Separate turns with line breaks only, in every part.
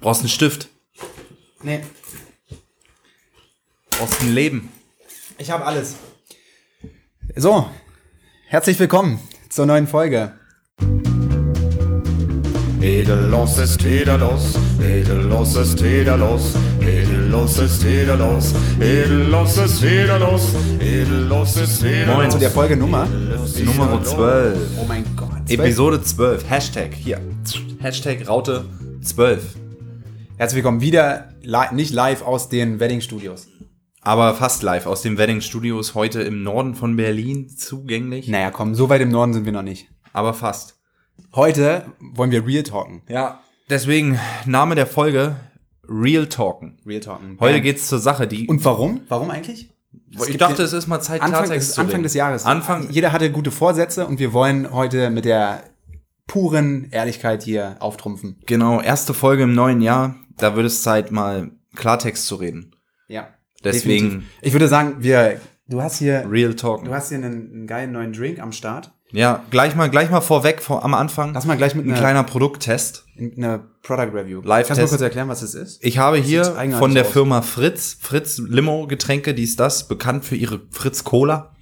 Brauchst einen Stift.
Nee,
Brauchst ein Leben.
ich habe alles. So, herzlich willkommen zur neuen Folge.
Edelos ist wieder los, Edelos ist wieder los, Edelos ist wieder los, Edelos ist wieder los, Edelos ist wieder
Moin
los.
zu
Der Folgenummer.
Edelos ist wieder
Nummer
los.
12.
Oh mein Gott.
Episode 12. Hashtag hier. Hashtag Raute 12.
Herzlich willkommen wieder, li nicht live aus den Wedding Studios.
Aber fast live aus den Wedding Studios heute im Norden von Berlin zugänglich.
Naja, komm, so weit im Norden sind wir noch nicht.
Aber fast.
Heute wollen wir Real Talken.
Ja. Deswegen Name der Folge Real Talken.
Real Talken.
Heute
Ja.
geht's zur Sache, die
Und warum? Warum eigentlich? Es
ich
gibt
dachte,
den-
es ist mal Zeit
Anfang
Klartext
des,
zu
Anfang
reden.
des Jahres.
Anfang
Jeder hatte gute Vorsätze und wir wollen heute mit der puren Ehrlichkeit hier auftrumpfen.
Genau, erste Folge im neuen Jahr, da wird es Zeit, mal Klartext zu reden.
Ja.
Deswegen-
Definitiv. Ich würde sagen, wir. Du hast hier.
Real Talk.
Du hast hier einen, einen geilen neuen Drink am Start.
Ja, gleich mal, gleich mal vorweg, vor, am Anfang.
Lass mal gleich mit
ein
einer,
kleiner Produkttest.
einer Product Review.
Live-Test.
Kannst du mal kurz erklären, was das ist?
Ich habe hier
sieht eigenartig
von der
aus.
Firma Fritz, Fritz Limo Getränke, dies, das, bekannt für ihre Fritz Cola,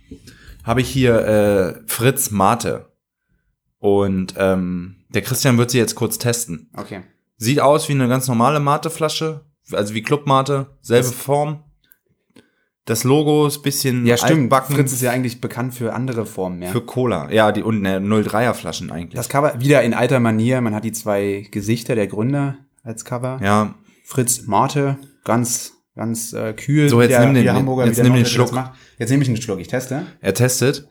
habe ich hier äh, Fritz Mate. Und ähm, der Christian wird sie jetzt kurz testen.
Okay.
Sieht aus wie eine ganz normale Mateflasche, also wie Clubmate, selbe Form. Das Logo ist bisschen
Ja, stimmt.
altbacken.
Fritz ist ja eigentlich bekannt für andere Formen mehr.
Für Cola. Ja, die und ne, 03er Flaschen eigentlich.
das Cover wieder in alter Manier. Man hat die zwei Gesichter der Gründer als Cover.
ja,
Fritz Marte, ganz, ganz äh, kühl.
So,
wie
jetzt
der,
nimm den-
wie der Hamburger,
jetzt
wie der
nimm den
Norddeutsche das
Schluck.
macht. Jetzt nehme ich einen Schluck. Ich teste.
er testet.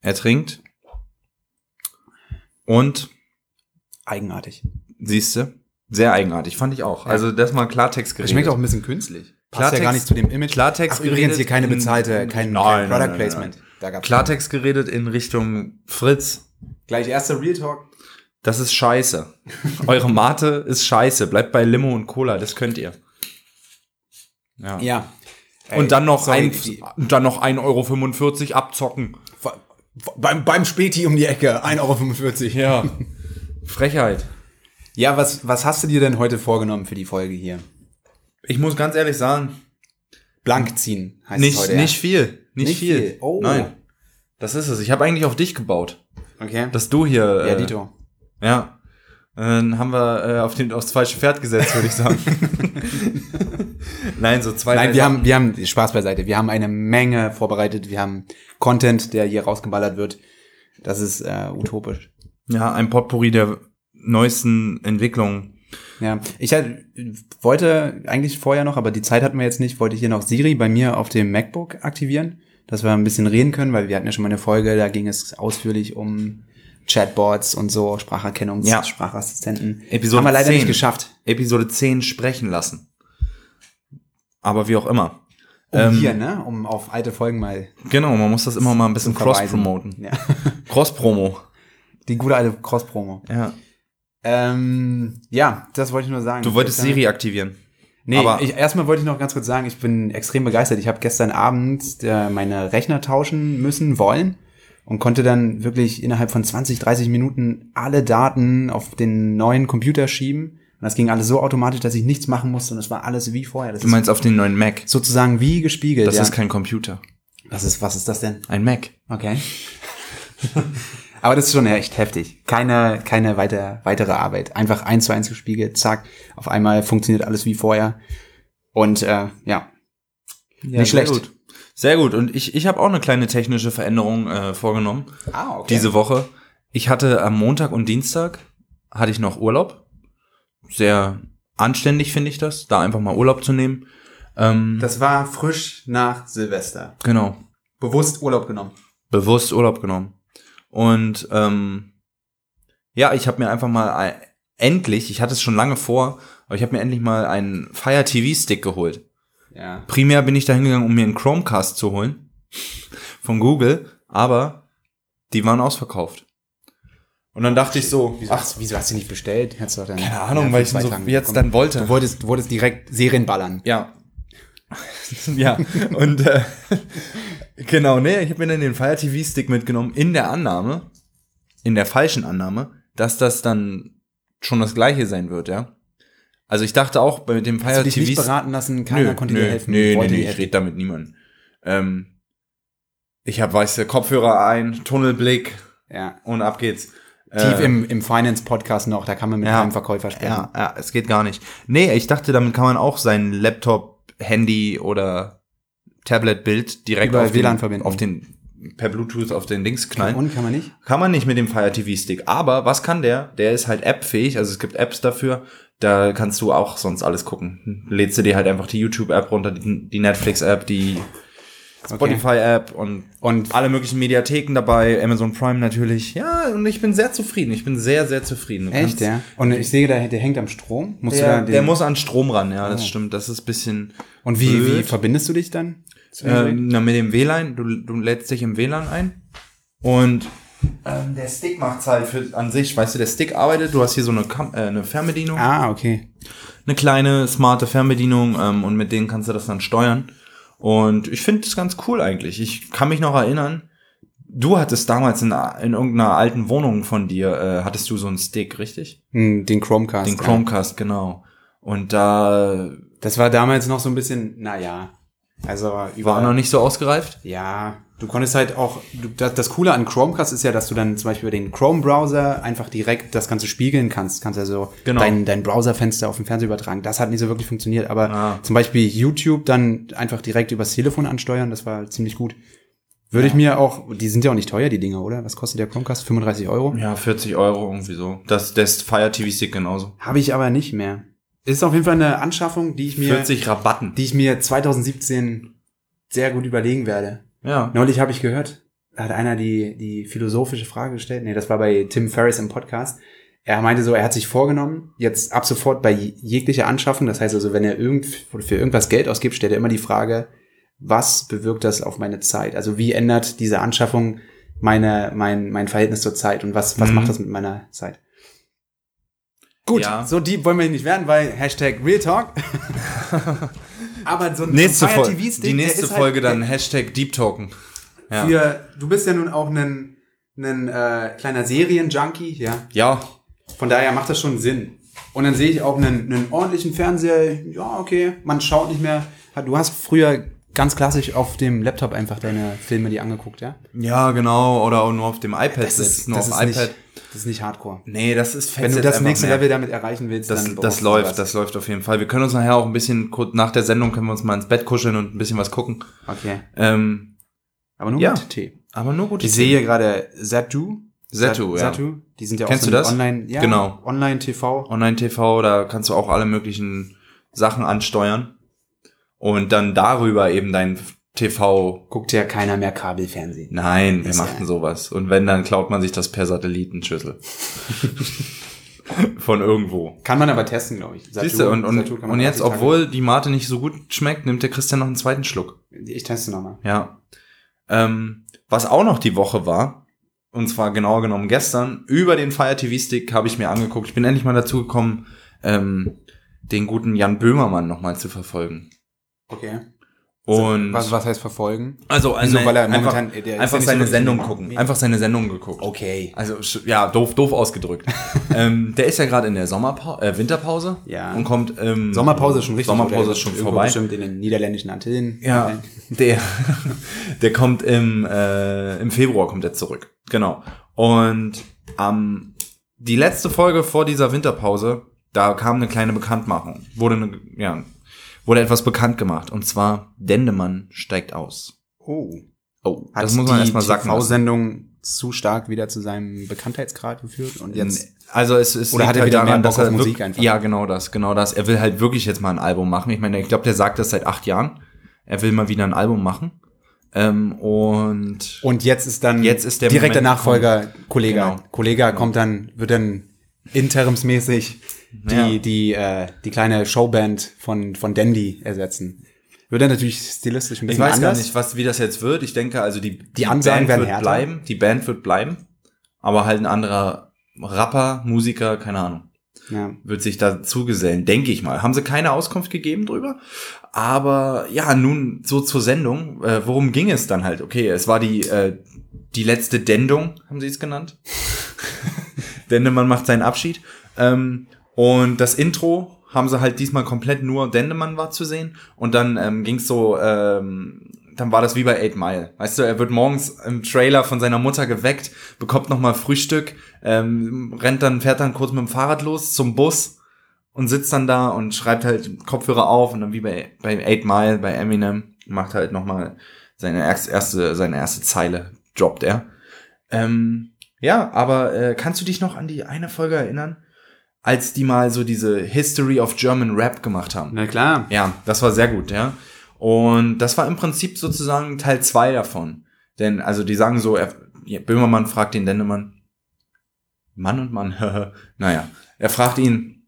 Er trinkt. Und
Eigenartig.
siehste, sehr eigenartig, fand ich auch. Also das mal Klartext geredet.
Schmeckt auch ein bisschen künstlich. Passt
Klartext-
ja gar nicht zu dem Image.
Klartext
Ach, übrigens hier
geredet
keine
in-
bezahlte, kein,
Nein,
kein
nein,
Product
nein,
Placement. Da gab's
Klartext geredet in Richtung Fritz.
Gleich erster Real Talk.
Das ist scheiße. Eure Mate ist scheiße. Bleibt bei Limo und Cola, das könnt ihr. Ja.
Ja.
und dann noch
sorry,
ein,
die-
und dann noch 1,45 Euro abzocken.
Vor- vor- Beim, beim Späti um die Ecke, 1,45 Euro.
Ja. Frechheit.
Ja, was, was hast du dir denn heute vorgenommen für die Folge hier?
Ich muss ganz ehrlich sagen,
Blank ziehen heißt
Nicht,
es heute.
nicht viel. Nicht,
Nicht
viel.
viel. Oh.
Nein. Das ist es. Ich habe eigentlich auf dich gebaut.
Ja. Okay.
Dass du hier.
ja,
äh,
Dito.
Ja. Dann haben wir äh, auf den, aufs falsche Pferd gesetzt, würde ich sagen. Nein, so zwei.
Nein,
drei
wir
Sachen.
haben, wir haben, Spaß beiseite, wir haben eine Menge vorbereitet, wir haben Content, der hier rausgeballert wird. Das ist äh, utopisch.
Ja, ein Potpourri der neuesten Entwicklungen.
Ja, ich halt, wollte eigentlich vorher noch, aber die Zeit hatten wir jetzt nicht, wollte ich hier noch Siri bei mir auf dem MacBook aktivieren, dass wir ein bisschen reden können, weil wir hatten ja schon mal eine Folge, da ging es ausführlich um Chatbots und so, Spracherkennung,
Ja.
Sprachassistenten.
Episode
Haben wir leider
10.
nicht geschafft.
Episode 10 sprechen lassen. Aber wie auch immer.
Um
Ähm,
hier, ne? Um auf alte Folgen mal
Genau, man muss das immer mal ein bisschen
zu verweisen.
cross-promoten.
Ja.
Cross-Promo.
Die gute alte Cross-Promo.
Ja.
Ähm, ja, das wollte ich nur sagen.
Du wolltest
Ich würd sagen-
Siri aktivieren.
Nee,
aber-
ich, erstmal wollte ich noch ganz kurz sagen, ich bin extrem begeistert. Ich habe gestern Abend äh, meine Rechner tauschen müssen, wollen und konnte dann wirklich innerhalb von 20, 30 Minuten alle Daten auf den neuen Computer schieben. Und das ging alles so automatisch, dass ich nichts machen musste und es war alles wie vorher. Das
Du meinst auf den neuen Mac.
ist sozusagen wie gespiegelt.
Das
ja.
ist kein Computer.
das ist, was ist das denn?
Ein Mac.
Okay. Aber das ist schon echt heftig. Keine, keine weiter, weitere Arbeit. Einfach eins zu eins gespiegelt, zack. Auf einmal funktioniert alles wie vorher. Und äh, ja. Nicht
sehr
schlecht.
Gut. Sehr gut. Und ich, ich habe auch eine kleine technische Veränderung äh, vorgenommen
Ah, okay.
diese Woche. Ich hatte am Montag und Dienstag hatte ich noch Urlaub. Sehr anständig finde ich das, da einfach mal Urlaub zu nehmen. Ähm,
das war frisch nach Silvester.
genau.
Bewusst Urlaub genommen.
Bewusst Urlaub genommen. Und ähm, ja, ich habe mir einfach mal ein, endlich, ich hatte es schon lange vor, aber ich habe mir endlich mal einen Fire TV Stick geholt.
Ja.
primär bin ich da hingegangen, um mir einen Chromecast zu holen von Google, aber die waren ausverkauft. Und dann dachte ich so,
Wieso,
ach,
hast, wieso hast du nicht bestellt? Hättest du doch dann,
keine Ahnung, weil ich so jetzt
dann.
dann wollte.
Du wolltest, du wolltest direkt Serien ballern.
Ja. ja, und äh, genau, nee, ich habe mir dann den Fire TV Stick mitgenommen in der Annahme, in der falschen Annahme, dass das dann schon das gleiche sein wird, ja. Also ich dachte auch mit dem Fire
Hast du dich
TV.
nicht beraten lassen, keiner
nö,
konnte
nö,
dir helfen.
Nee, nee,
wollte
nee,
dir
ich
helfen.
rede damit niemandem. Ähm, ich habe weiße Kopfhörer ein, Tunnelblick
Ja.
und ab geht's.
Tief
Äh,
im, im Finance-Podcast noch, da kann man mit
Ja.
keinem Verkäufer sprechen.
ja, ja, es geht gar nicht. Nee, ich dachte, damit kann man auch sein Laptop, Handy oder Tablet-Bild direkt
Über
auf den,
WLAN verbinden.
auf den per Bluetooth auf den Links knallen.
Und kann man nicht?
Kann man nicht mit dem Fire TV Stick. Aber was kann der? Der ist halt appfähig. Also es gibt Apps dafür. Da kannst du auch sonst alles gucken. Lädst du dir halt einfach die YouTube-App runter, die, die Netflix-App, die Spotify-App und
Und
alle möglichen Mediatheken dabei, Amazon Prime natürlich. Ja, und ich bin sehr zufrieden. Ich bin sehr, sehr zufrieden. Du
echt,
kannst-
ja? Und ich sehe, da, der hängt am Strom. Musst du da
Der,
den,
der muss an Strom ran, ja, das stimmt. Das ist ein bisschen.
Ah. und wie, wie
blöd.
verbindest du dich dann? zu dem
Äh,
Gerät?
na, mit dem WLAN, du, du lädst dich im WLAN ein und ähm, der Stick macht's halt für, an sich, weißt du, der Stick arbeitet, du hast hier so eine, Kam äh, eine Fernbedienung,
ah, okay.
eine kleine, smarte Fernbedienung ähm, und mit denen kannst du das dann steuern und ich finde das ganz cool eigentlich. Ich kann mich noch erinnern, du hattest damals in, in irgendeiner alten Wohnung von dir, äh, hattest du so einen Stick, richtig?
Hm, Den Chromecast.
Den Chromecast, genau. Und da
Ja. Das war damals noch so ein bisschen, naja. Also
war
überall-
er noch nicht so ausgereift.
Ja, du konntest halt auch, du, das, das Coole an Chromecast ist ja, dass du dann zum Beispiel über den Chrome-Browser einfach direkt das Ganze spiegeln kannst. Kannst also
Genau.
dein, dein Browserfenster auf den Fernseher übertragen. Das hat nicht so wirklich funktioniert, aber
Ah.
zum Beispiel YouTube dann einfach direkt übers Telefon ansteuern, das war ziemlich gut. Würde ich mir auch, die sind ja auch nicht teuer, die Dinge, oder? Was kostet der Chromecast? 35 Euro?
Ja, 40 Euro irgendwie so. Das, das Fire TV Stick genauso.
Habe ich aber nicht mehr. Ist auf jeden Fall eine Anschaffung, die ich mir,
40 Rabatten.
die ich mir 2017 sehr gut überlegen werde.
Ja.
Neulich habe ich gehört, da hat einer die, die philosophische Frage gestellt. Nee, das war bei Tim Ferriss im Podcast. Er meinte so, er hat sich vorgenommen, jetzt ab sofort bei jeglicher Anschaffung, das heißt also, wenn er irgend, für irgendwas Geld ausgibt, stellt er immer die Frage, was bewirkt das auf meine Zeit? Also wie ändert diese Anschaffung meine, mein, mein Verhältnis zur Zeit und was, was
Mhm.
macht das mit meiner Zeit? Gut,
Ja.
so deep wollen wir nicht werden, weil Hashtag Real Talk. Aber so ein
Nächste
Fire
Folge.
TV-Stick,
Die
der
nächste
ist halt-
Folge
der-
dann Hashtag Deep Token. Ja.
für, du bist ja nun auch ein, ein äh, kleiner Serienjunkie, ja.
ja.
Von daher macht das schon Sinn. Und dann sehe ich auch einen, einen ordentlichen Fernseher, ja, okay, man schaut nicht mehr. Du hast früher ganz klassisch auf dem Laptop einfach deine Filme die angeguckt, ja?
Ja, genau. Oder auch nur auf dem iPad sitzen. Nur auf iPad.
Nicht, das ist nicht hardcore.
nee, das ist
Wenn
fetzt
du
jetzt
das
einfach
nächste
mehr.
Level damit erreichen willst,
Das,
dann
das
brauchst du
läuft,
was.
das läuft auf jeden Fall. Wir können uns nachher auch ein bisschen, kurz nach der Sendung können wir uns mal ins Bett kuscheln und ein bisschen was gucken.
Okay.
Ähm,
Aber nur
Ja.
mit Tee.
aber nur gute
Ich sehe hier gerade Zatu.
Zatu, ja.
Zatu, die sind ja
Kennst
auch
du
ein
das?
Online, ja,
Genau.
Online-TV.
Online-TV, da kannst du auch alle möglichen Sachen ansteuern. Und dann darüber eben dein TV
Guckt ja keiner mehr Kabelfernsehen.
Nein, wir
Ist
machten sowas. Und wenn, dann klaut man sich das per Satellitenschüssel. Von irgendwo.
Kann man aber testen, glaube ich. Satu-
Siehst du, und, und,
Satu kann man
und jetzt,
30 Tage-
obwohl die Mate nicht so gut schmeckt, nimmt der Christian noch einen zweiten Schluck.
Ich teste nochmal.
Ja. Ähm, was auch noch die Woche war, und zwar genauer genommen gestern, über den Fire TV Stick habe ich mir angeguckt. Ich bin endlich mal dazu gekommen, ähm, den guten Jan Böhmermann nochmal zu verfolgen.
Okay.
Und
was, was heißt verfolgen?
also,
Wieso, weil er
einfach,
momentan- der ist ja
einfach
nicht so
seine
wirklich-
Sendung gucken. Einfach seine Sendung geguckt.
Okay.
Also sch- ja, doof, doof ausgedrückt. ähm, der ist ja gerade in der Sommerpa äh, Winterpause
Ja.
und kommt ähm,
Sommerpause ist schon richtig.
Sommerpause
oder?
ist schon
Irgendwo
vorbei.
Bestimmt in den niederländischen Antillen.
Ja, der der kommt im äh, im Februar kommt er zurück. Genau. Und am die letzte Folge vor dieser Winterpause, da kam eine kleine Bekanntmachung. Wurde eine, ja, wurde etwas bekannt gemacht und zwar Dendemann steigt aus.
Oh.
Oh,
Hat
das muss man
die
erstmal sacken. lassen.
TV-Sendung zu stark wieder zu seinem Bekanntheitsgrad geführt und jetzt.
Also es ist
Oder hat er
liegt
wieder mehr Bock
er
auf Musik
wirk-
einfach?
Ja, genau das, genau das. Er will halt wirklich jetzt mal ein Album machen. Ich meine, ich glaube, der sagt das seit acht Jahren. Er will mal wieder ein Album machen. Ähm, und
Und jetzt ist dann
Jetzt ist der
direkter
Moment
Nachfolger, Kollege.
Genau.
Kollege kommt dann, wird dann interimsmäßig die,
Ja.
die, äh, die kleine Showband von, von Dandy ersetzen. Wird dann natürlich stilistisch ein
ich
bisschen
weiß
anders.
gar nicht, was, wie das jetzt wird. Ich denke, also die, die,
Ansagen
Band
werden
wird
härter.
bleiben. Die Band wird bleiben. Aber halt ein anderer Rapper, Musiker, keine Ahnung,
Ja.
wird sich dazu gesellen, denke ich mal. Haben sie keine Auskunft gegeben drüber? Aber ja, nun so zur Sendung. Äh, worum ging es dann halt? Okay, es war die, äh, die letzte Dendung, haben sie es genannt. Dendemann macht seinen Abschied. Ähm, und das Intro haben sie halt diesmal komplett nur Dendemann war zu sehen und dann ähm, ging's so, ähm, dann war das wie bei Eight Mile. Weißt du, er wird morgens im Trailer von seiner Mutter geweckt, bekommt nochmal Frühstück, ähm, rennt dann, fährt dann kurz mit dem Fahrrad los zum Bus und sitzt dann da und schreibt halt Kopfhörer auf und dann wie bei, bei Eight Mile, bei Eminem, macht halt nochmal seine erst- erste, seine erste Zeile, droppt er. Ähm, ja, aber äh, kannst du dich noch an die eine Folge erinnern, als die mal so diese History of German Rap gemacht haben?
Na klar.
Ja, das war sehr gut, ja. Und das war im Prinzip sozusagen Teil zwei davon. Denn, also die sagen so, er, Böhmermann fragt den Dendemann, Mann und Mann, naja, er fragt ihn,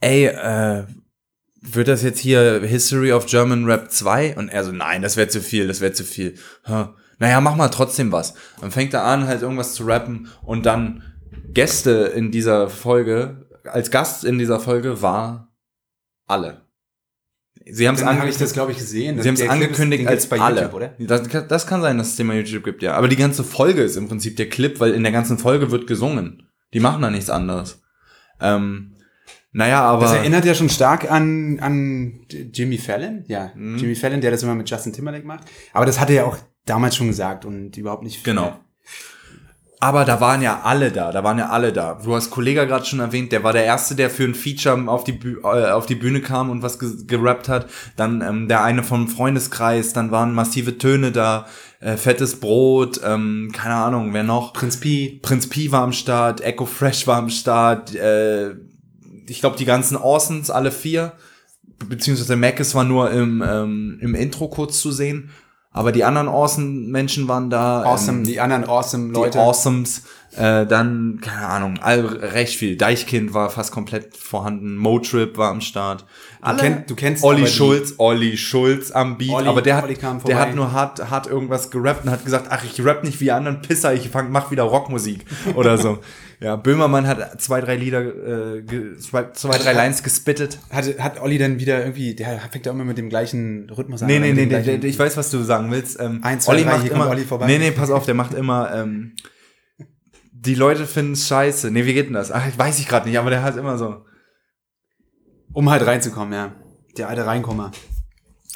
ey, äh, wird das jetzt hier History of German Rap 2? Und er so, nein, das wäre zu viel, das wäre zu viel. Hä? Naja, mach mal trotzdem was. Dann fängt er an, halt irgendwas zu rappen und dann Gäste in dieser Folge, als Gast in dieser Folge war alle. Sie haben es
Dann habe ich
angekündigt,
das, glaube ich, gesehen.
Sie haben es
Der Clip ist-
angekündigt
den
als
gibt's bei
alle.
YouTube, oder?
Das, kann- das kann sein, dass es den bei YouTube gibt, ja. Aber die ganze Folge ist im Prinzip der Clip, weil in der ganzen Folge wird gesungen. Die machen da nichts anderes. Ähm, naja, aber.
Das erinnert ja schon stark an, an Jimmy Fallon. Ja,
Mhm.
Jimmy Fallon, der das immer mit Justin Timberlake macht. Aber das hatte er auch damals schon gesagt und überhaupt nicht. viel.
Genau. Aber da waren ja alle da, da waren ja alle da. Du hast Kollega gerade schon erwähnt, der war der Erste, der für ein Feature auf die, Bü äh, auf die Bühne kam und was ge gerappt hat. Dann ähm, der eine vom Freundeskreis, dann waren massive Töne da, äh, fettes Brot, ähm, keine Ahnung, wer noch.
Prinz Pi.
Prinz Pi war am Start, Echo Fresh war am Start, äh, ich glaube die ganzen Orsons, alle vier, be- beziehungsweise Mackes war nur im, ähm, im Intro kurz zu sehen, aber die anderen Orson-Menschen waren da.
Awesome,
ähm,
die anderen awesome
die
Leute.
Awesomes, äh, dann, keine Ahnung, all, recht viel. Deichkind war fast komplett vorhanden, Motrip war am Start. Alle,
kenn- du kennst
Olli
aber die-
Schulz, Olli Schulz am Beat,
Olli-
aber der
Olli kam
hat,
vorbei.
der hat nur hart, hart irgendwas gerappt und hat gesagt, ach, ich rapp nicht wie die anderen Pisser, ich fang, mach wieder Rockmusik oder so. ja, Böhmermann hat zwei, drei Lieder, äh, ge, zwei, zwei,
Also
drei Lines gespittet.
Hat, hat Olli dann wieder irgendwie, der fängt ja immer mit dem gleichen Rhythmus an.
Nee,
oder
nee,
mit
nee,
dem
der, der,
gleichen-
der, ich weiß, was du sagen willst. Ähm,
Eins, zwei,
Olli
drei,
macht
hier kommt
immer,
Olli vorbei.
Nee, nee, pass auf, der macht immer, ähm, die Leute finden es scheiße. Nee, wie geht denn das? Ach, weiß ich gerade nicht, aber der hat immer so.
Um halt reinzukommen, ja. Der alte Reinkommer.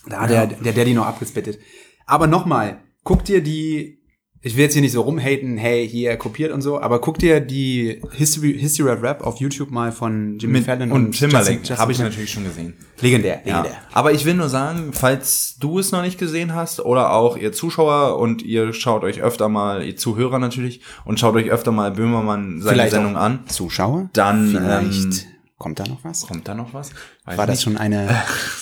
Da hat der, der Daddy noch abgespittet. Aber nochmal, guck dir die, ich will jetzt hier nicht so rumhaten, hey, hier kopiert und so, aber guck dir die History, History of Rap auf YouTube mal von Jimmy Fallon
und Timberlake
Justin-
habe ich
Justin-
natürlich schon gesehen.
Legendär,
Ja.
legendär.
Aber ich will nur sagen, falls du es noch nicht gesehen hast oder auch ihr Zuschauer und ihr schaut euch öfter mal, ihr Zuhörer natürlich, und schaut euch öfter mal Böhmermann seine
Vielleicht
Sendung
auch
an.
Zuschauer?
Dann,
Vielleicht
ähm,
kommt da noch was?
Kommt da noch was? Weiß
War
nicht.
das schon eine,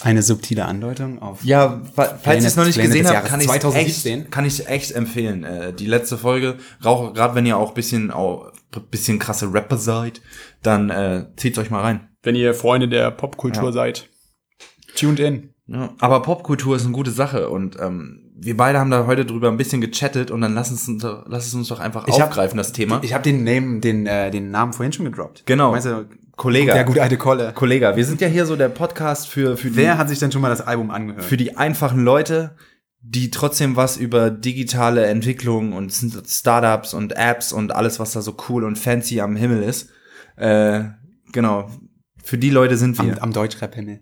eine subtile Andeutung auf
Ja, fa- falls ihr es noch nicht
Pläne des
gesehen habt,
Jahres
kann ich
2017.
echt, kann ich echt empfehlen. Äh, die letzte Folge, auch gerade wenn ihr auch bisschen auch bisschen krasse Rapper seid, dann äh, zieht's euch mal rein.
Wenn ihr Freunde der Popkultur
Ja.
seid.
Tuned In?
Ja. Aber Popkultur ist eine gute Sache und ähm, wir beide haben da heute drüber ein bisschen gechattet und dann lass uns doch- lass es uns doch einfach
Ich hab-
aufgreifen das Thema.
Ich habe den, Name- den, äh, den Namen vorhin schon gedroppt.
Genau.
Meinst du,
Kollege,
der gute alte Kolle.
Kollege, wir sind ja hier so der Podcast für für die,
Wer hat sich denn schon mal das Album angehört?
für die einfachen Leute, die trotzdem was über digitale Entwicklung und S- Startups und Apps und alles, was da so cool und fancy am Himmel ist. Äh, genau. Für die Leute sind
am,
wir.
am Deutschrap-Himmel.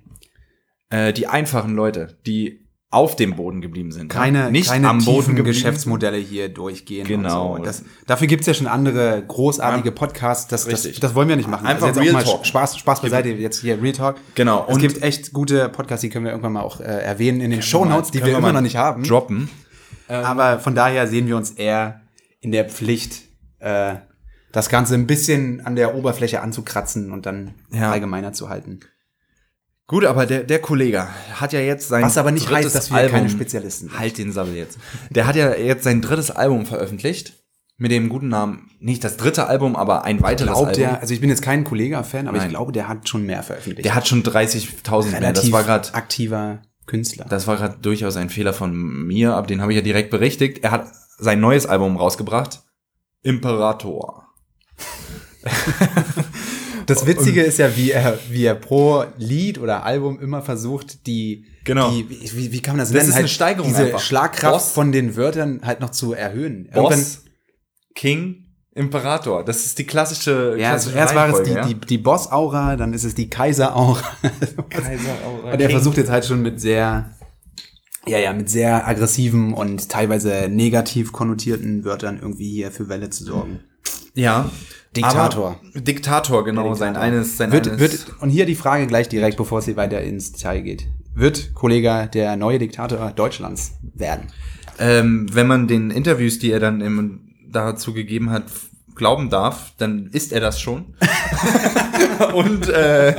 Äh, die einfachen Leute, die auf dem Boden geblieben sind. ja?
Keine,
nicht
keine
am Boden
tiefen
geblieben
Geschäftsmodelle hier durchgehen.
Genau.
Und so. und das, dafür gibt's ja schon andere großartige Podcasts. Das, das,
Richtig.
das wollen wir nicht machen.
Einfach
also jetzt
Real
auch mal
Talk.
Spaß, Spaß beiseite. Jetzt hier Real Talk.
Genau.
Es
Und-
gibt echt gute Podcasts, die können wir irgendwann mal auch äh, erwähnen in den Show
mal-
Notes, die
können
wir
wir
immer
mal
noch nicht haben.
Droppen.
Aber von daher sehen wir uns eher in der Pflicht, äh, das Ganze ein bisschen an der Oberfläche anzukratzen und dann
Ja.
allgemeiner zu halten.
Gut, aber der, der Kollege hat ja jetzt sein
Was aber nicht heißt,
drittes
dass wir
Album,
keine Spezialisten sind.
Halt den Sabbel jetzt. Der hat ja jetzt sein drittes Album veröffentlicht. Mit dem guten Namen, nicht das dritte Album, aber ein weiteres
Glaubt
Album.
der, also ich bin jetzt kein Kollega-Fan, aber ich
Nein.
glaube, der hat schon mehr veröffentlicht.
Der hat schon 30.000 mehr. Das war gerade
aktiver Künstler.
das war gerade durchaus ein Fehler von mir, aber den habe ich ja direkt berichtigt. Er hat sein neues Album rausgebracht, Imperator.
Das Witzige ist ja, wie er, wie er pro Lied oder Album immer versucht, die,
Genau.
die wie, wie kann man das,
ist eine
Halt
Steigerung
Diese
einfach.
Schlagkraft
Boss.
von den Wörtern halt noch zu erhöhen. Irgendwann-
Boss, King, Imperator. Das ist die klassische.
Ja, also
klassische
erst war es die,
Reihenfolge,
die, die Boss-Aura, dann ist es die Kaiser-Aura.
Kaiser-Aura.
und er versucht jetzt halt schon mit sehr, ja, ja, mit sehr aggressiven und teilweise negativ konnotierten Wörtern irgendwie hier für Welle zu sorgen.
Ja.
Diktator.
Aber, Diktator, genau. Sein eines, sein
Wird,
eines.
wird, und hier die Frage gleich direkt, bevor sie weiter ins Detail geht. Wird Kollege der neue Diktator Deutschlands werden?
ähm, wenn man den Interviews, die er dann im, dazu gegeben hat, f- glauben darf, dann ist er das schon. und, äh,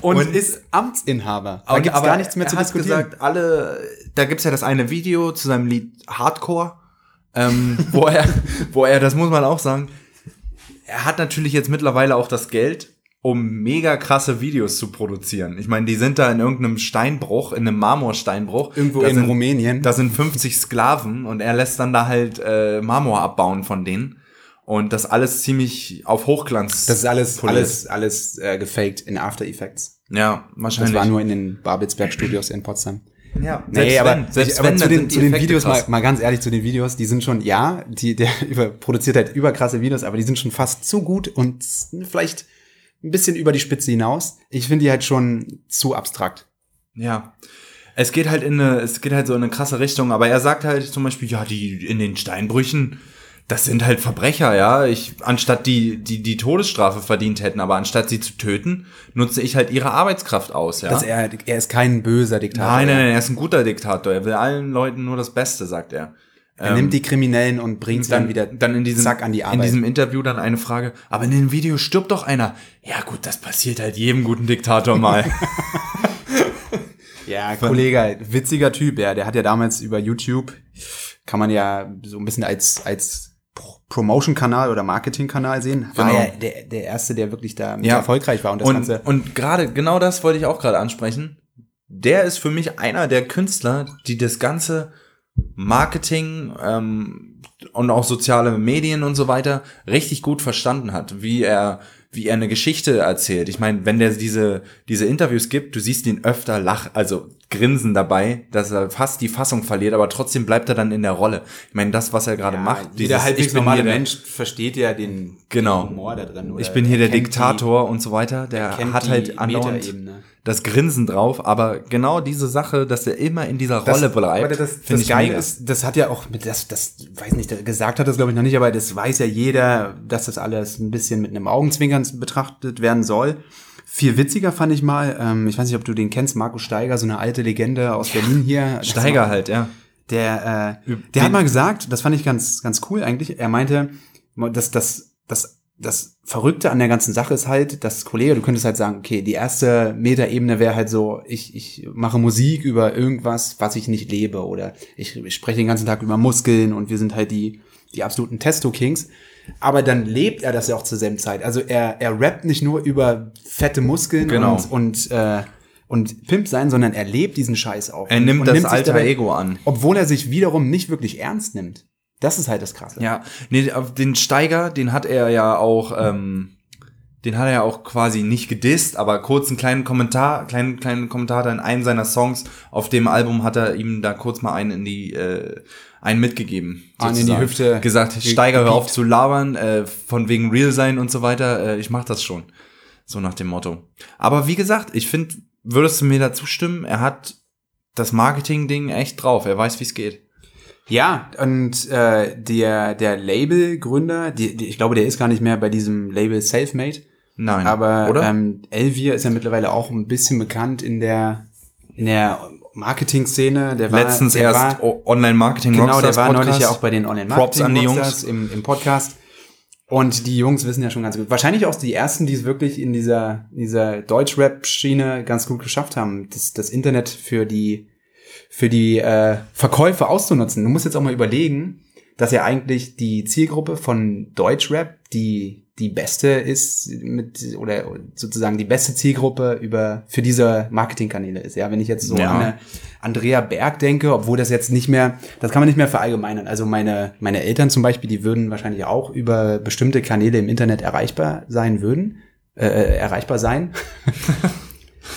und,
ist Amtsinhaber. Da
und-
gibt's
aber
gar nichts mehr
er
zu
hat
diskutieren.
Gesagt, alle, da gibt's ja das eine Video zu seinem Lied Hardcore, ähm, wo, er, wo er, das muss man auch sagen, er hat natürlich jetzt mittlerweile auch das Geld, um mega krasse Videos zu produzieren. Ich meine, die sind da in irgendeinem Steinbruch, in einem Marmorsteinbruch.
Irgendwo
da
in
sind,
Rumänien.
Da sind 50 Sklaven und er lässt dann da halt äh, Marmor abbauen von denen. Und das alles ziemlich auf Hochglanz.
das ist alles,
poliert.
alles, alles äh, gefaked in After Effects.
Ja,
Das
wahrscheinlich.
war nur in den Babelsberg Studios in Potstam.
ja,
Nee,
selbst
aber,
wenn, selbst
ich, aber
wenn,
zu
dann
den,
sind die
zu den
Effekte
Videos, mal,
krass.
mal ganz ehrlich, zu den Videos, die sind schon, ja, die, der über, produziert halt überkrasse Videos, aber die sind schon fast zu gut und s- vielleicht ein bisschen über die Spitze hinaus. Ich finde die halt schon zu abstrakt.
Ja. Es geht halt in eine, es geht halt so in eine krasse Richtung, aber er sagt halt zum Beispiel, ja, die in den Steinbrüchen, das sind halt Verbrecher, ja. Ich, anstatt die, die, die Todesstrafe verdient hätten, aber anstatt sie zu töten, nutze ich halt ihre Arbeitskraft aus, ja.
Dass Also er, er ist kein böser Diktator.
nein, nein, nein, er ist ein guter Diktator. Er will allen Leuten nur das Beste, sagt er.
Er nimmt die Kriminellen und bringt sie dann, wieder
Ähm, dann in diesem,
zack an die Arbeit.
in diesem Interview dann eine Frage, aber in dem Video stirbt doch einer. Ja gut, das passiert halt jedem guten Diktator mal.
Ja, Kollege, witziger Typ, ja. Der hat ja damals über YouTube, kann man ja so ein bisschen als, als Pro- Promotion-Kanal oder Marketing-Kanal sehen. War
Genau.
ja der, der Erste, der wirklich da mit
Ja.
erfolgreich war und das
Und,
Ganze.
und gerade, genau das wollte ich auch gerade ansprechen. Der ist für mich einer der Künstler, die das ganze Marketing ähm, und auch soziale Medien und so weiter richtig gut verstanden hat, wie er wie er eine Geschichte erzählt. Ich meine, wenn der diese diese Interviews gibt, du siehst ihn öfter lach, also grinsen dabei, dass er fast die Fassung verliert, aber trotzdem bleibt er dann in der Rolle. Ich meine, das was er gerade macht, dieses, ich bin hier der-
versteht ja den
Genau.
da drin.
ich bin hier der Diktator und so weiter, der hat halt andauernd das Grinsen drauf, aber genau diese Sache, dass er immer in dieser Rolle bleibt,
aber das,
finde
das
ich
Geile
mega.
ist, das hat ja auch, mit das, das weiß nicht, gesagt hat das glaube ich noch nicht, aber das weiß ja jeder, dass das alles ein bisschen mit einem Augenzwinkern betrachtet werden soll. Viel witziger fand ich mal, ähm, ich weiß nicht, ob du den kennst, Marco Steiger, so eine alte Legende aus Berlin hier.
Steiger halt, ja.
Der, äh,
Den-
der hat mal gesagt, das fand ich ganz, ganz cool eigentlich. Er meinte, dass das, das, das Verrückte an der ganzen Sache ist halt, dass Kollege, du könntest halt sagen, okay, die erste Metaebene wäre halt so, ich, ich mache Musik über irgendwas, was ich nicht lebe oder ich, ich spreche den ganzen Tag über Muskeln und wir sind halt die, die absoluten Testo-Kings. Aber dann lebt er das ja auch zur selben Zeit. Also er, er rappt nicht nur über fette Muskeln
Genau.
und, und, äh, und Pimp sein, sondern er lebt diesen Scheiß auch.
Er nimmt
und
das
sich
alter
dabei-
Ego an.
obwohl er sich wiederum nicht wirklich ernst nimmt. Das ist halt das Krasse.
Ja, nee, auf den Steiger, den hat er ja auch, ähm, den hat er ja auch quasi nicht gedisst, aber kurz einen kleinen Kommentar, kleinen kleinen Kommentar da in einem seiner Songs auf dem Album hat er ihm da kurz mal einen in die äh, einen mitgegeben.
Einen in die
sozusagen.
Hüfte
Gesagt,
ge-
Steiger, hör
gepiekt.
auf zu labern, äh, von wegen real sein und so weiter. Äh, ich mach das schon, so nach dem Motto. Aber wie gesagt, ich finde, würdest du mir dazu stimmen? Er hat das Marketing-Ding echt drauf. Er weiß, wie es geht.
Ja, und äh, der, der Labelgründer, die, die, ich glaube, der ist gar nicht mehr bei diesem Label Selfmade,
Nein,
aber
oder?
Ähm, Elvier ist ja mittlerweile auch ein bisschen bekannt in der, in der Marketing-Szene. Der war,
letztens
der
erst
war,
o- Online-Marketing
Genau, der war
Podcast.
neulich ja auch bei den online
Props an die
Rockstars Im, im Podcast. Und die Jungs wissen ja schon ganz gut. Wahrscheinlich auch die ersten, die es wirklich in dieser, dieser Deutsch-Rap-Schiene ganz gut geschafft haben, das, das Internet für die, für die äh, Verkäufe auszunutzen. Du musst jetzt auch mal überlegen, dass ja eigentlich die Zielgruppe von Deutschrap die die beste ist mit oder sozusagen die beste Zielgruppe über für diese Marketingkanäle ist. Ja, wenn ich jetzt so
Ja.
an eine Andrea Berg denke, obwohl das jetzt nicht mehr, das kann man nicht mehr verallgemeinern. Also meine meine Eltern zum Beispiel, die würden wahrscheinlich auch über bestimmte Kanäle im Internet erreichbar sein würden, äh, erreichbar sein.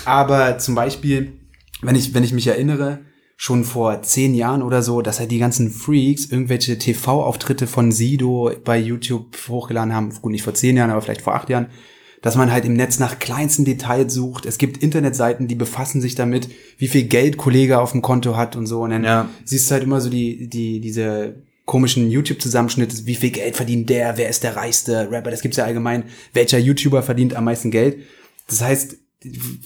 Aber zum Beispiel, wenn ich, wenn ich mich erinnere, schon vor zehn Jahren oder so, dass halt die ganzen Freaks irgendwelche TV-Auftritte von Sido bei YouTube hochgeladen haben. Gut, nicht vor zehn Jahren, aber vielleicht vor acht Jahren. Dass man halt im Netz nach kleinsten Details sucht. Es gibt Internetseiten, die befassen sich damit, wie viel Geld Kollege auf dem Konto hat und so. Und dann
Ja.
siehst du halt immer so die, die, diese komischen YouTube-Zusammenschnitte, wie viel Geld verdient der, wer ist der reichste Rapper, das gibt's ja allgemein, welcher YouTuber verdient am meisten Geld. Das heißt,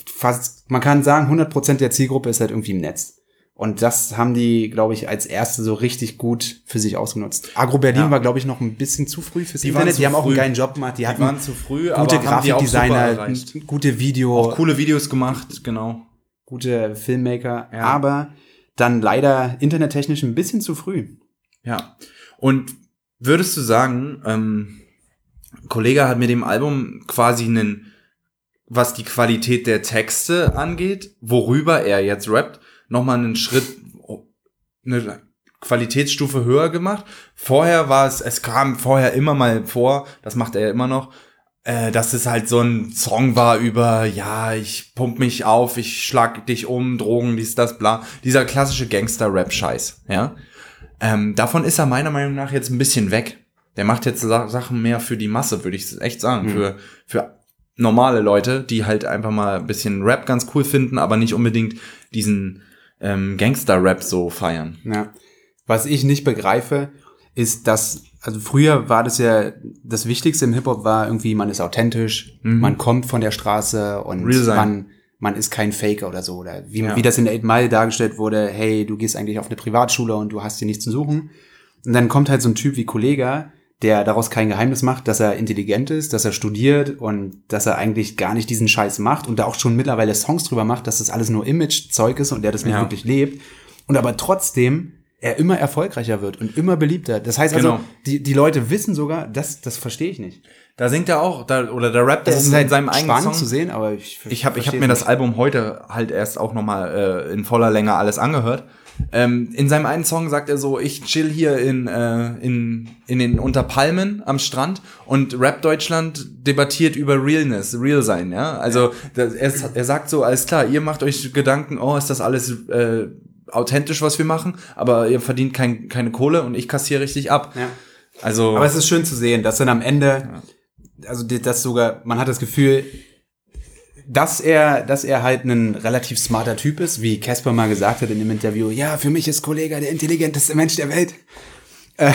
fast, man kann sagen, 100% der Zielgruppe ist halt irgendwie im Netz. Und das haben die, glaube ich, als erste so richtig gut für sich ausgenutzt. Agro Berlin
Ja.
war, glaube ich, noch ein bisschen zu früh fürs
Die waren
Internet.
zu
Die haben auch einen
früh.
geilen Job gemacht. Die, hatten
waren zu früh, aber
gute
haben die auch super
Grafikdesigner,
erreicht.
gute Video
Auch coole Videos gemacht, genau.
gute Filmmaker,
Ja.
aber dann leider internettechnisch ein bisschen zu früh.
Ja. Und würdest du sagen, ähm, ein Kollege hat mit dem Album quasi einen, was die Qualität der Texte angeht, worüber er jetzt rappt, nochmal einen Schritt, eine Qualitätsstufe höher gemacht. Vorher war es, es kam vorher immer mal vor, das macht er ja immer noch, äh, dass es halt so ein Song war über, ja, ich pump mich auf, ich schlag dich um, Drogen, dies, das, bla. Dieser klassische Gangster-Rap-Scheiß, ja. Ähm, davon ist er meiner Meinung nach jetzt ein bisschen weg. Der macht jetzt Sa Sachen mehr für die Masse, würde ich echt sagen. Für, für normale Leute, die halt einfach mal ein bisschen Rap ganz cool finden, aber nicht unbedingt diesen ähm, Gangster-Rap so feiern.
Ja. Was ich nicht begreife, ist, dass, also früher war das ja, das Wichtigste im Hip-Hop war irgendwie, man ist authentisch, man kommt von der Straße und
Mhm. Real sein.
man, man ist kein Faker oder so. Oder wie,
Ja.
wie das in der 8 Mile dargestellt wurde, hey, du gehst eigentlich auf eine Privatschule und du hast hier nichts zu suchen. Und dann kommt halt so ein Typ wie Kollega, der daraus kein Geheimnis macht, dass er intelligent ist, dass er studiert und dass er eigentlich gar nicht diesen Scheiß macht und da auch schon mittlerweile Songs drüber macht, dass das alles nur Image-Zeug ist und der das nicht
Ja.
wirklich lebt. Und aber trotzdem er immer erfolgreicher wird und immer beliebter. Das heißt also,
Genau.
die, die Leute wissen sogar, das, das verstehe ich nicht. Also
Da singt er auch, da, oder der rappt das ist in seinem eigenen
halt spannend
Song.
zu sehen, aber ich
Ich habe ich hab
verstehe
mir
es
das Album heute halt erst auch nochmal äh, in voller Länge alles angehört. Ähm, in seinem einen Song sagt er so, ich chill hier in, äh, in, in den Unterpalmen am Strand und Rap Deutschland debattiert über Realness, Real sein, ja. Also das, er, er sagt so, alles klar, ihr macht euch Gedanken, oh, ist das alles äh, authentisch, was wir machen, aber ihr verdient kein, keine Kohle und ich kassiere richtig ab.
Ja.
Also,
Aber es ist schön zu sehen, dass dann am Ende, also die- das sogar, man hat das Gefühl, dass er, dass er halt ein relativ smarter Typ ist, wie Casper mal gesagt hat in dem Interview, ja, für mich ist Kollega der intelligenteste Mensch der Welt. Äh,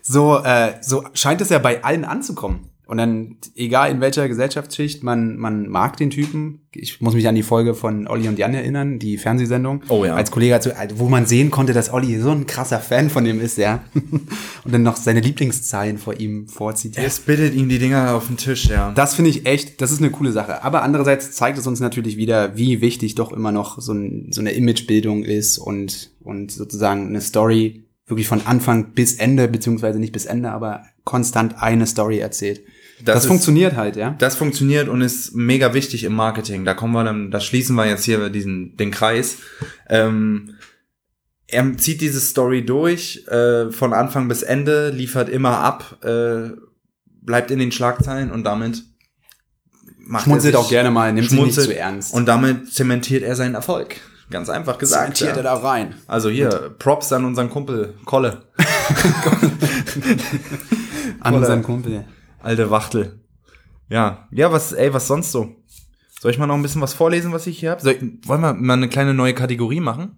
so, äh, so scheint es ja bei allen anzukommen. Und dann, egal in welcher Gesellschaftsschicht, man, man mag den Typen. Ich muss mich an die Folge von Olli und Jan erinnern, die Fernsehsendung.
Oh ja.
Als Kollege, hat so- also wo man sehen konnte, dass Olli so ein krasser Fan von dem ist, ja. und dann noch seine Lieblingszeilen vor ihm vorzitiert.
er spittet ihm die Dinger auf den Tisch, ja.
Das finde ich echt, das ist eine coole Sache. Aber andererseits zeigt es uns natürlich wieder, wie wichtig doch immer noch so, ein, so eine Imagebildung ist und, und sozusagen eine Story wirklich von Anfang bis Ende, beziehungsweise nicht bis Ende, aber konstant eine Story erzählt. Das,
Das ist-
funktioniert halt, ja.
das funktioniert und ist mega wichtig im Marketing. Da kommen wir dann, da schließen wir jetzt hier diesen, den Kreis. Ähm, er zieht diese Story durch, äh, von Anfang bis Ende, liefert immer ab, äh, bleibt in den Schlagzeilen und damit macht
Schmunzelt
er
auch
sich-
gerne mal, nimmt sich nicht
schmunzelt
zu ernst.
Und damit zementiert er seinen Erfolg. Ganz einfach gesagt.
Zementiert
ja.
er da rein.
Also hier, Props an unseren Kumpel Kolle,
An
Oder-
unseren Kumpel.
alte Wachtel. Ja, ja, was, ey, was sonst so? Soll ich mal noch ein bisschen was vorlesen, was ich hier habe? Wollen wir mal eine kleine neue Kategorie machen?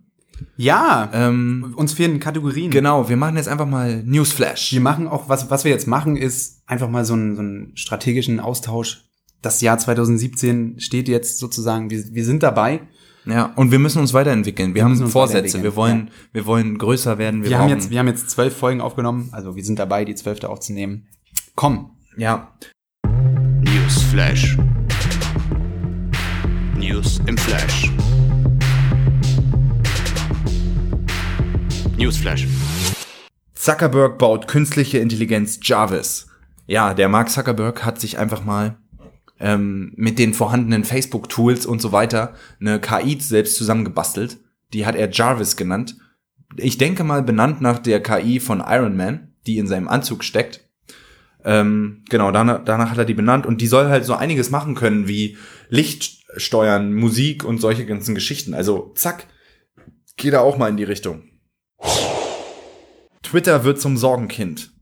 Ja, äh,
Ähm,
uns fehlen Kategorien.
genau, wir machen jetzt einfach mal Newsflash.
Wir machen auch, was, was wir jetzt machen, ist einfach mal so einen, so einen strategischen Austausch. Das Jahr 2017 steht jetzt sozusagen, wir, wir sind dabei.
Ja, und wir müssen uns weiterentwickeln. Wir,
müssen
haben
uns
Vorsätze.
weiterentwickeln,
Wir wollen, wir wollen größer werden.
Wir,
Wir,
haben
brauchen-
jetzt, wir haben jetzt zwölf Folgen aufgenommen, also wir sind dabei, die zwölfte aufzunehmen. Komm,
ja.
Newsflash. News im Flash. Newsflash.
Zuckerberg baut künstliche Intelligenz Jarvis. Ja, der Mark Zuckerberg hat sich einfach mal ähm, mit den vorhandenen Facebook-Tools und so weiter eine KI selbst zusammengebastelt. Die hat er Jarvis genannt. Ich denke mal benannt nach der KI von Iron Man, die in seinem Anzug steckt. Ähm, genau, danach, danach hat er die benannt und die soll halt so einiges machen können wie Licht steuern, Musik und solche ganzen Geschichten. Also zack, Geh da auch mal in die Richtung. Twitter wird zum Sorgenkind.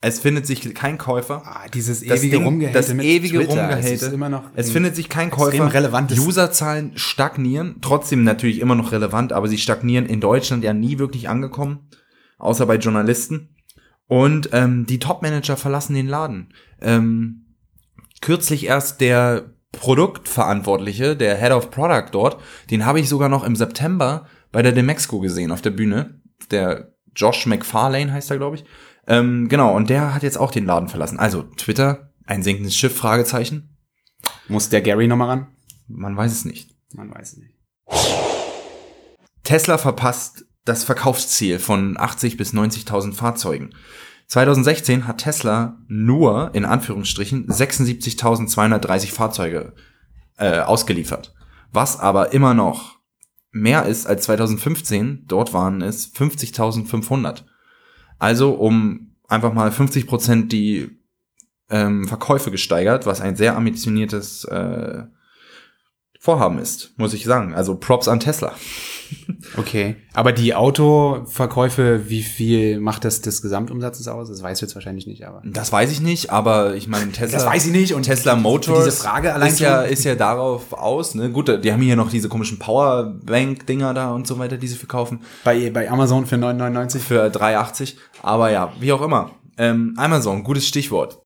Es findet sich kein Käufer.
Ah, dieses
Das
ewige
Ding-
Rumgehate
das ewige
Twitter, es
Rumgehate.
ist immer noch
Es
ein
findet sich kein
extrem
Käufer.
relevantes-
Userzahlen stagnieren, trotzdem natürlich immer noch relevant, aber sie stagnieren in Deutschland ja nie wirklich angekommen, außer bei Journalisten. Und ähm, die Top-Manager verlassen den Laden. Ähm, kürzlich erst der Produktverantwortliche, der Head of Product dort, den habe ich sogar noch im September bei der Demexco gesehen auf der Bühne. Der Josh McFarlane heißt er, glaube ich. Ähm, genau, und der hat jetzt auch den Laden verlassen. Also Twitter, ein sinkendes Schiff, Fragezeichen.
Muss der Gary nochmal ran?
Man weiß es nicht.
Man weiß es nicht.
Tesla verpasst das Verkaufsziel von 80 bis 90.000 Fahrzeugen. 2016 hat Tesla nur in Anführungsstrichen 76.230 Fahrzeuge äh, ausgeliefert, was aber immer noch mehr ist als 2015. Dort waren es 50.500. Also um einfach mal 50 Prozent die ähm, Verkäufe gesteigert, was ein sehr ambitioniertes äh, Vorhaben ist, muss ich sagen. Also Props an Tesla.
Okay. Aber die Autoverkäufe, wie viel macht das des Gesamtumsatzes aus? Das weiß ich jetzt wahrscheinlich nicht, aber.
Das weiß ich nicht, aber ich meine, Tesla.
Das weiß ich nicht und
Tesla Motors
diese Frage allein
ist, ja,
schon-
ist ja darauf aus, ne? Gut, die haben hier noch diese komischen Powerbank-Dinger da und so weiter, die sie verkaufen
Bei, bei Amazon für 9,99?
für 3,80. Aber ja, wie auch immer. Ähm, Amazon, gutes Stichwort.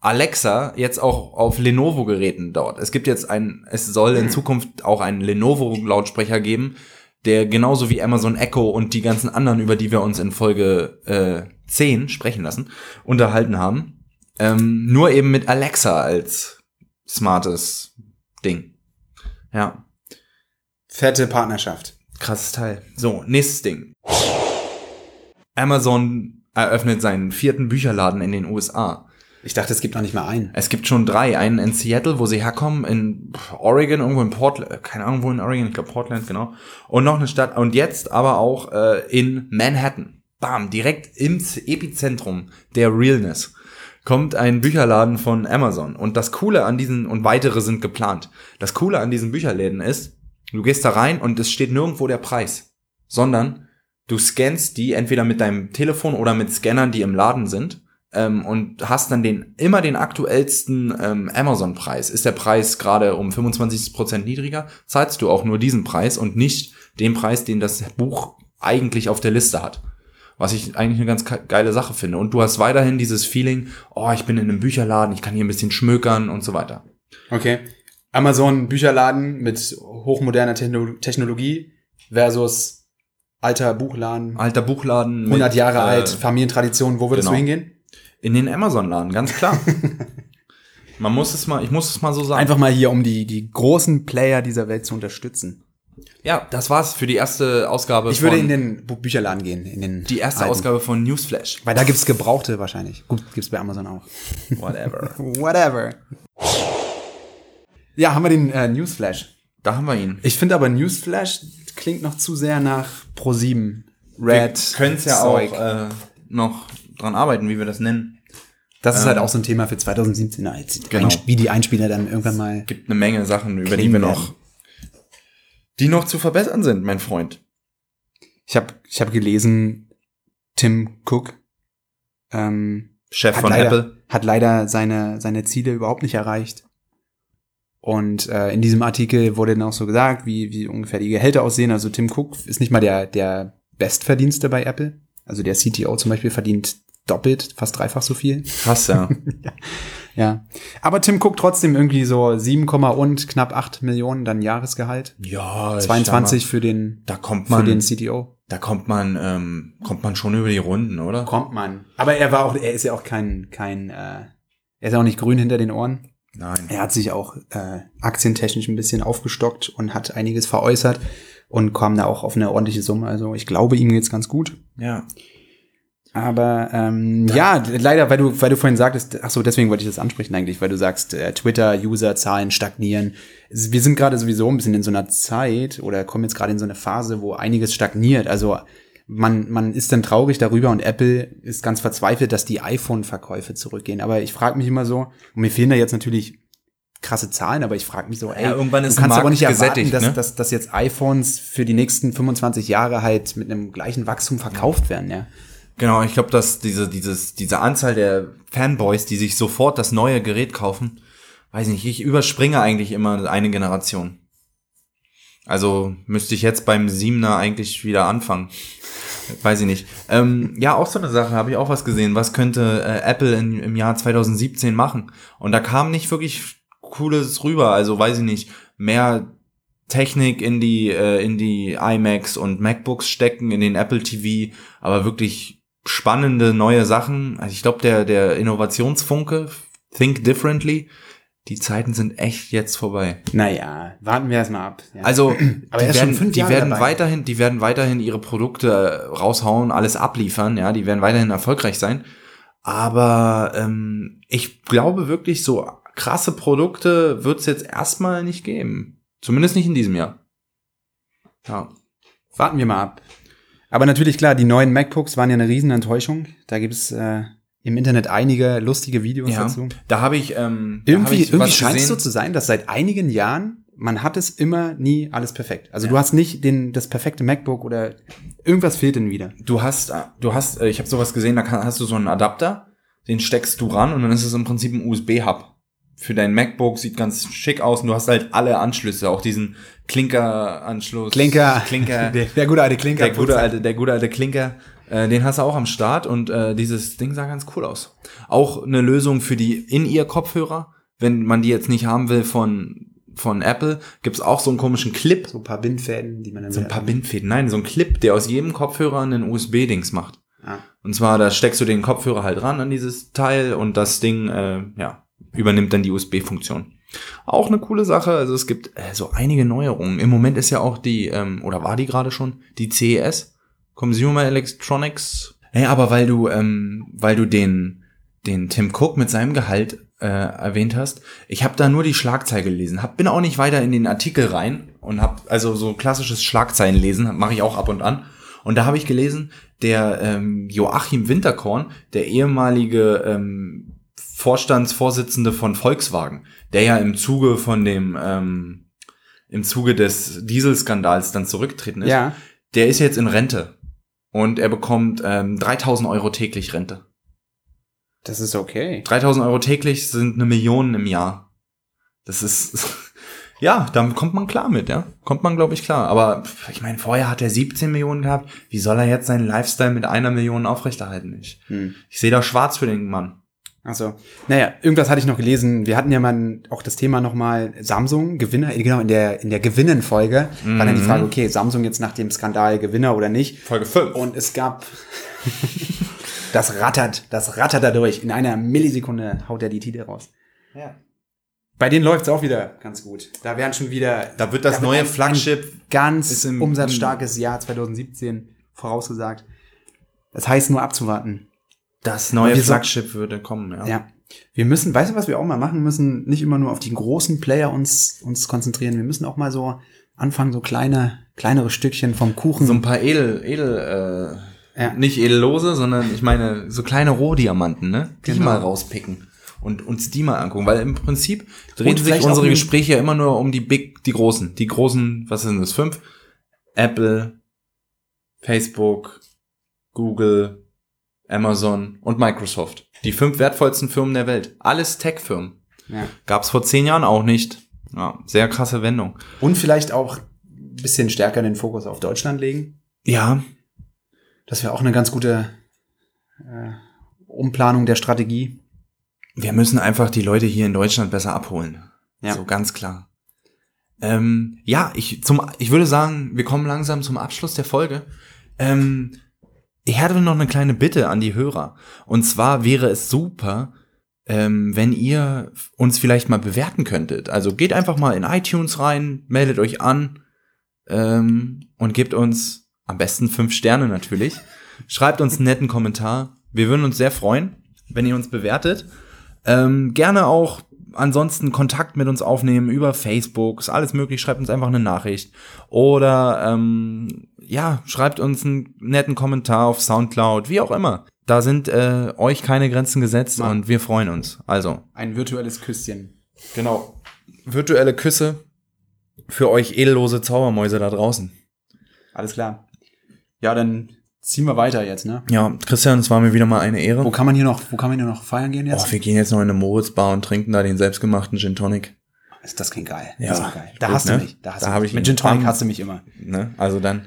Alexa jetzt auch auf Lenovo-Geräten dort. Es gibt jetzt ein, es soll in Zukunft auch einen Lenovo-Lautsprecher geben, der genauso wie Amazon Echo und die ganzen anderen, über die wir uns in Folge äh, 10 sprechen lassen, unterhalten haben. Ähm, nur eben mit Alexa als smartes Ding. Ja,
Fette Partnerschaft.
Krasses Teil. So, nächstes Ding. Amazon eröffnet seinen vierten Bücherladen in den USA.
Ich dachte, es gibt noch nicht mal einen.
Es gibt schon drei. Einen in Seattle, wo sie herkommen, in Oregon, irgendwo in Portland, keine Ahnung, wo in Oregon, ich glaube Portland, genau. Und noch eine Stadt, und jetzt aber auch äh, in Manhattan. Bam, direkt im Z- Epizentrum der Realness kommt ein Bücherladen von Amazon. Und das Coole an diesen, und weitere sind geplant. Das Coole an diesen Bücherläden ist, du gehst da rein und es steht nirgendwo der Preis, sondern du scannst die entweder mit deinem Telefon oder mit Scannern, die im Laden sind, ähm, und hast dann den immer den aktuellsten ähm, Amazon-Preis. Ist der Preis gerade um 25% niedriger, zahlst du auch nur diesen Preis und nicht den Preis, den das Buch eigentlich auf der Liste hat. Was ich eigentlich eine ganz ke- geile Sache finde. Und du hast weiterhin dieses Feeling, oh, ich bin in einem Bücherladen, ich kann hier ein bisschen schmökern und so weiter.
Okay. Amazon Bücherladen mit hochmoderner Techno Technologie versus alter Buchladen,
Alter Buchladen. mit,
100 Jahre
äh,
alt, Familientradition. Wo würdest
genau.
du hingehen?
In den Amazon-Laden, ganz klar. Man muss es mal, ich muss es mal so sagen.
Einfach mal hier, um die, die großen Player dieser Welt zu unterstützen.
Ja, das war's für die erste Ausgabe.
Ich würde
von,
in den Bu- Bücherladen gehen. In den
die erste
alten.
Ausgabe von Newsflash.
Weil da gibt's Gebrauchte wahrscheinlich. Gut, gibt's bei Amazon auch.
Whatever.
Whatever. Ja, haben wir den äh, Newsflash.
da haben wir ihn.
Ich finde aber Newsflash klingt noch zu sehr nach Pro7. Red.
können's
Zeug.
äh, noch dran arbeiten, wie wir das nennen.
Das ist halt auch so ein Thema für 2017, als die
Genau.
Einsp- wie die Einspieler dann irgendwann mal.
Gibt eine Menge Sachen, über die
Klingen
wir noch, die noch zu verbessern sind, mein Freund.
Ich habe ich hab gelesen, Tim Cook ähm,
Chef
hat,
von
leider,
Apple.
hat leider seine, seine Ziele überhaupt nicht erreicht. Und äh, in diesem Artikel wurde dann auch so gesagt, wie, wie ungefähr die Gehälter aussehen. Also Tim Cook ist nicht mal der, der Bestverdienste bei Apple. Also der CTO zum Beispiel verdient doppelt, fast dreifach so viel.
Krass, ja.
Ja. Aber Tim Cook trotzdem irgendwie so 7, Komma und knapp 8 Millionen dann Jahresgehalt.
ja,
22 für den,
Da kommt
für den
man,
CTO.
da kommt man, ähm, kommt man schon über die Runden, oder?
Kommt man. Aber er war auch, er ist ja auch kein, kein, äh, er ist ja auch nicht grün hinter den Ohren.
Nein.
Er hat sich auch äh, aktientechnisch ein bisschen aufgestockt und hat einiges veräußert und kam da auch auf eine ordentliche Summe. Also ich glaube, ihm geht's ganz gut.
Ja.
Aber ähm, ja, leider, weil du, weil du vorhin sagtest, ach so, deswegen wollte ich das ansprechen eigentlich, weil du sagst, äh, Twitter-User-Zahlen stagnieren. Es- Wir sind gerade sowieso ein bisschen in so einer Zeit oder kommen jetzt gerade in so eine Phase, wo einiges stagniert. Also man, man ist dann traurig darüber und Apple ist ganz verzweifelt, dass die iPhone-Verkäufe zurückgehen. Aber ich frage mich immer so, und mir fehlen da jetzt natürlich krasse Zahlen, aber ich frage mich so, ey,
Ja, irgendwann ist
du kannst
der
aber nicht
Markt
erwarten,
gesättigt,
dass,
ne?
dass, dass jetzt iPhones für die nächsten 25 Jahre halt mit einem gleichen Wachstum verkauft werden, ja.
Genau, ich glaube, dass diese, dieses, diese Anzahl der Fanboys, die sich sofort das neue Gerät kaufen, weiß nicht, ich überspringe eigentlich immer eine Generation. Also müsste ich jetzt beim Siebener eigentlich wieder anfangen. Weiß ich nicht. Ähm, ja, auch so eine Sache, habe ich auch was gesehen. Was könnte äh, Apple in, im Jahr 2017 machen? Und da kam nicht wirklich Cooles rüber. Also weiß ich nicht, mehr Technik in die, äh, in die iMacs und MacBooks stecken, in den Apple TV, aber wirklich spannende neue Sachen. Also ich glaube, der, der Innovationsfunke, Think Differently, die Zeiten sind echt jetzt vorbei.
Naja, warten wir erstmal ab. Ja.
Also
Aber er
die
ist schon
werden,
fünf
die
Jahre
werden
dabei.
weiterhin, die werden weiterhin ihre Produkte äh, raushauen, alles abliefern, ja, die werden weiterhin erfolgreich sein. Aber ähm, ich glaube wirklich, so krasse Produkte wird es jetzt erstmal nicht geben. Zumindest nicht in diesem Jahr. Ja.
Warten wir mal ab. Aber natürlich klar, die neuen MacBooks waren ja eine Riesenenttäuschung. Da gibt es äh, im Internet einige lustige Videos
ja.
dazu.
Da habe ich ähm, da habe
Irgendwie,
ich
irgendwie
was
scheint es so
gesehen.
zu sein, dass seit einigen Jahren man hat es immer nie alles perfekt. Also du hast nicht den, das perfekte MacBook oder irgendwas fehlt denn wieder.
du hast, du hast, äh, ich habe sowas gesehen, da kann, hast du so einen Adapter, den steckst du ran und dann ist es im Prinzip ein USB-Hub. Für dein MacBook sieht ganz schick aus und du hast halt alle Anschlüsse, auch diesen Klinker-Anschluss.
Klinker,
Klinker. halt.
der, der gute alte Klinker.
Der gute alte, der gute alte Klinker, äh, den hast du auch am Start und äh, dieses Ding sah ganz cool aus. Auch eine Lösung für die In-Ear-Kopfhörer, wenn man die jetzt nicht haben will von, von Apple, gibt's auch so einen komischen Clip,
So ein paar Bindfäden, die man dann
so ein
wieder-
paar Bindfäden, nein, so ein Clip, der aus jedem Kopfhörer einen USB-Dings macht.
Ah.
Und zwar, da steckst du den Kopfhörer halt ran an dieses Teil und das Ding, äh, ja, übernimmt dann die USB-Funktion. Auch eine coole Sache, also es gibt äh, so einige Neuerungen. Im Moment ist ja auch die, ähm, oder war die gerade schon, die E CES, Consumer Electronics. Hey, aber weil du, ähm, weil du den, den Tim Cook mit seinem Gehalt äh, erwähnt hast, ich habe da nur die Schlagzeile gelesen, hab, bin auch nicht weiter in den Artikel rein und habe also so klassisches Schlagzeilenlesen mache ich auch ab und an. Und da habe ich gelesen, der ähm, Joachim Winterkorn, der ehemalige ähm, Vorstandsvorsitzende von Volkswagen, der ja im Zuge von dem ähm, im Zuge des Dieselskandals dann zurückgetreten ist,
Ja,
der ist jetzt in Rente und er bekommt ähm, 3000 Euro täglich Rente.
das ist okay.
3000 Euro täglich sind eine Million im Jahr. Das ist, ja, dann kommt man klar mit, ja. Kommt man, glaube ich, klar. Aber pf, ich meine, vorher hat er 17 Millionen gehabt. Wie soll er jetzt seinen Lifestyle mit einer Million aufrechterhalten? Ich,
Hm.
ich sehe da schwarz für den Mann.
Also, naja, irgendwas hatte ich noch gelesen. Wir hatten ja mal auch das Thema nochmal Samsung, Gewinner, äh, genau, in der, in der Gewinnenfolge war dann die
Mhm.
Frage, okay, Samsung jetzt nach dem Skandal Gewinner oder nicht.
Folge 5.
Und es gab, das rattert, das rattert da durch. In einer Millisekunde haut er die Titel raus.
Ja.
Bei denen läuft's auch wieder ganz gut. Da werden schon wieder,
Da wird das
da
neue
ein-
Flaggschiff
Ein ganz
ist im-
umsatzstarkes Jahr 2017 vorausgesagt. Das heißt nur abzuwarten.
das neue
Wir so-
Flaggschiff würde kommen, ja.
Ja. Wir müssen, weißt du, was wir auch mal machen müssen? Nicht immer nur auf die großen Player uns, uns konzentrieren. Wir müssen auch mal so anfangen, so kleine, kleinere Stückchen vom Kuchen.
So ein paar edel, edel, äh,
Ja.
nicht edellose, sondern ich meine, so kleine Rohdiamanten, ne? Die
Genau.
mal rauspicken und uns die mal angucken. Weil im Prinzip drehen
Und
sich
vielleicht
unsere
auch-
Gespräche ja immer nur um die Big, die großen. Die großen, was sind das? Fünf? Apple, Facebook, Google, Amazon und Microsoft. Die fünf wertvollsten Firmen der Welt. Alles Tech-Firmen.
ja.
Gab's vor zehn Jahren auch nicht. Ja, sehr krasse Wendung.
Und vielleicht auch ein bisschen stärker den Fokus auf Deutschland legen.
Ja,
Das wäre auch eine ganz gute äh, Umplanung der Strategie.
wir müssen einfach die Leute hier in Deutschland besser abholen.
Ja.
So ganz klar. Ähm, ja, ich, zum, ich würde sagen, wir kommen langsam zum Abschluss der Folge. Ähm, ich hätte noch eine kleine Bitte an die Hörer. Und zwar wäre es super, ähm, wenn ihr uns vielleicht mal bewerten könntet. Also geht einfach mal in iTunes rein, meldet euch an ähm, und gebt uns am besten fünf Sterne natürlich. Schreibt uns einen netten Kommentar. Wir würden uns sehr freuen, wenn ihr uns bewertet. Ähm, gerne auch ansonsten Kontakt mit uns aufnehmen über Facebook, ist alles möglich. Schreibt uns einfach eine Nachricht. Oder ähm, ja, schreibt uns einen netten Kommentar auf Soundcloud, wie auch immer. Da sind äh, euch keine Grenzen gesetzt
Mann.
und wir freuen uns. Also,
Ein virtuelles Küsschen.
genau. virtuelle Küsse für euch edellose Zaubermäuse da draußen.
Alles klar. Ja, dann ziehen wir weiter jetzt, ne?
Ja, Christian, es war mir wieder mal eine Ehre.
Wo kann man hier noch, wo kann man hier noch feiern gehen
Oh,
jetzt?
wir gehen jetzt noch in eine Moritz-Bar und trinken da den selbstgemachten Gin Tonic.
ist das klingt geil.
Ja,
das klingt geil. Da
gut,
hast du
ne?
mich. Da hast
Da
du
hab
mich.
ich
Mit
ihn.
Gin Tonic
Bam.
hast du mich immer.
Ne? Also dann,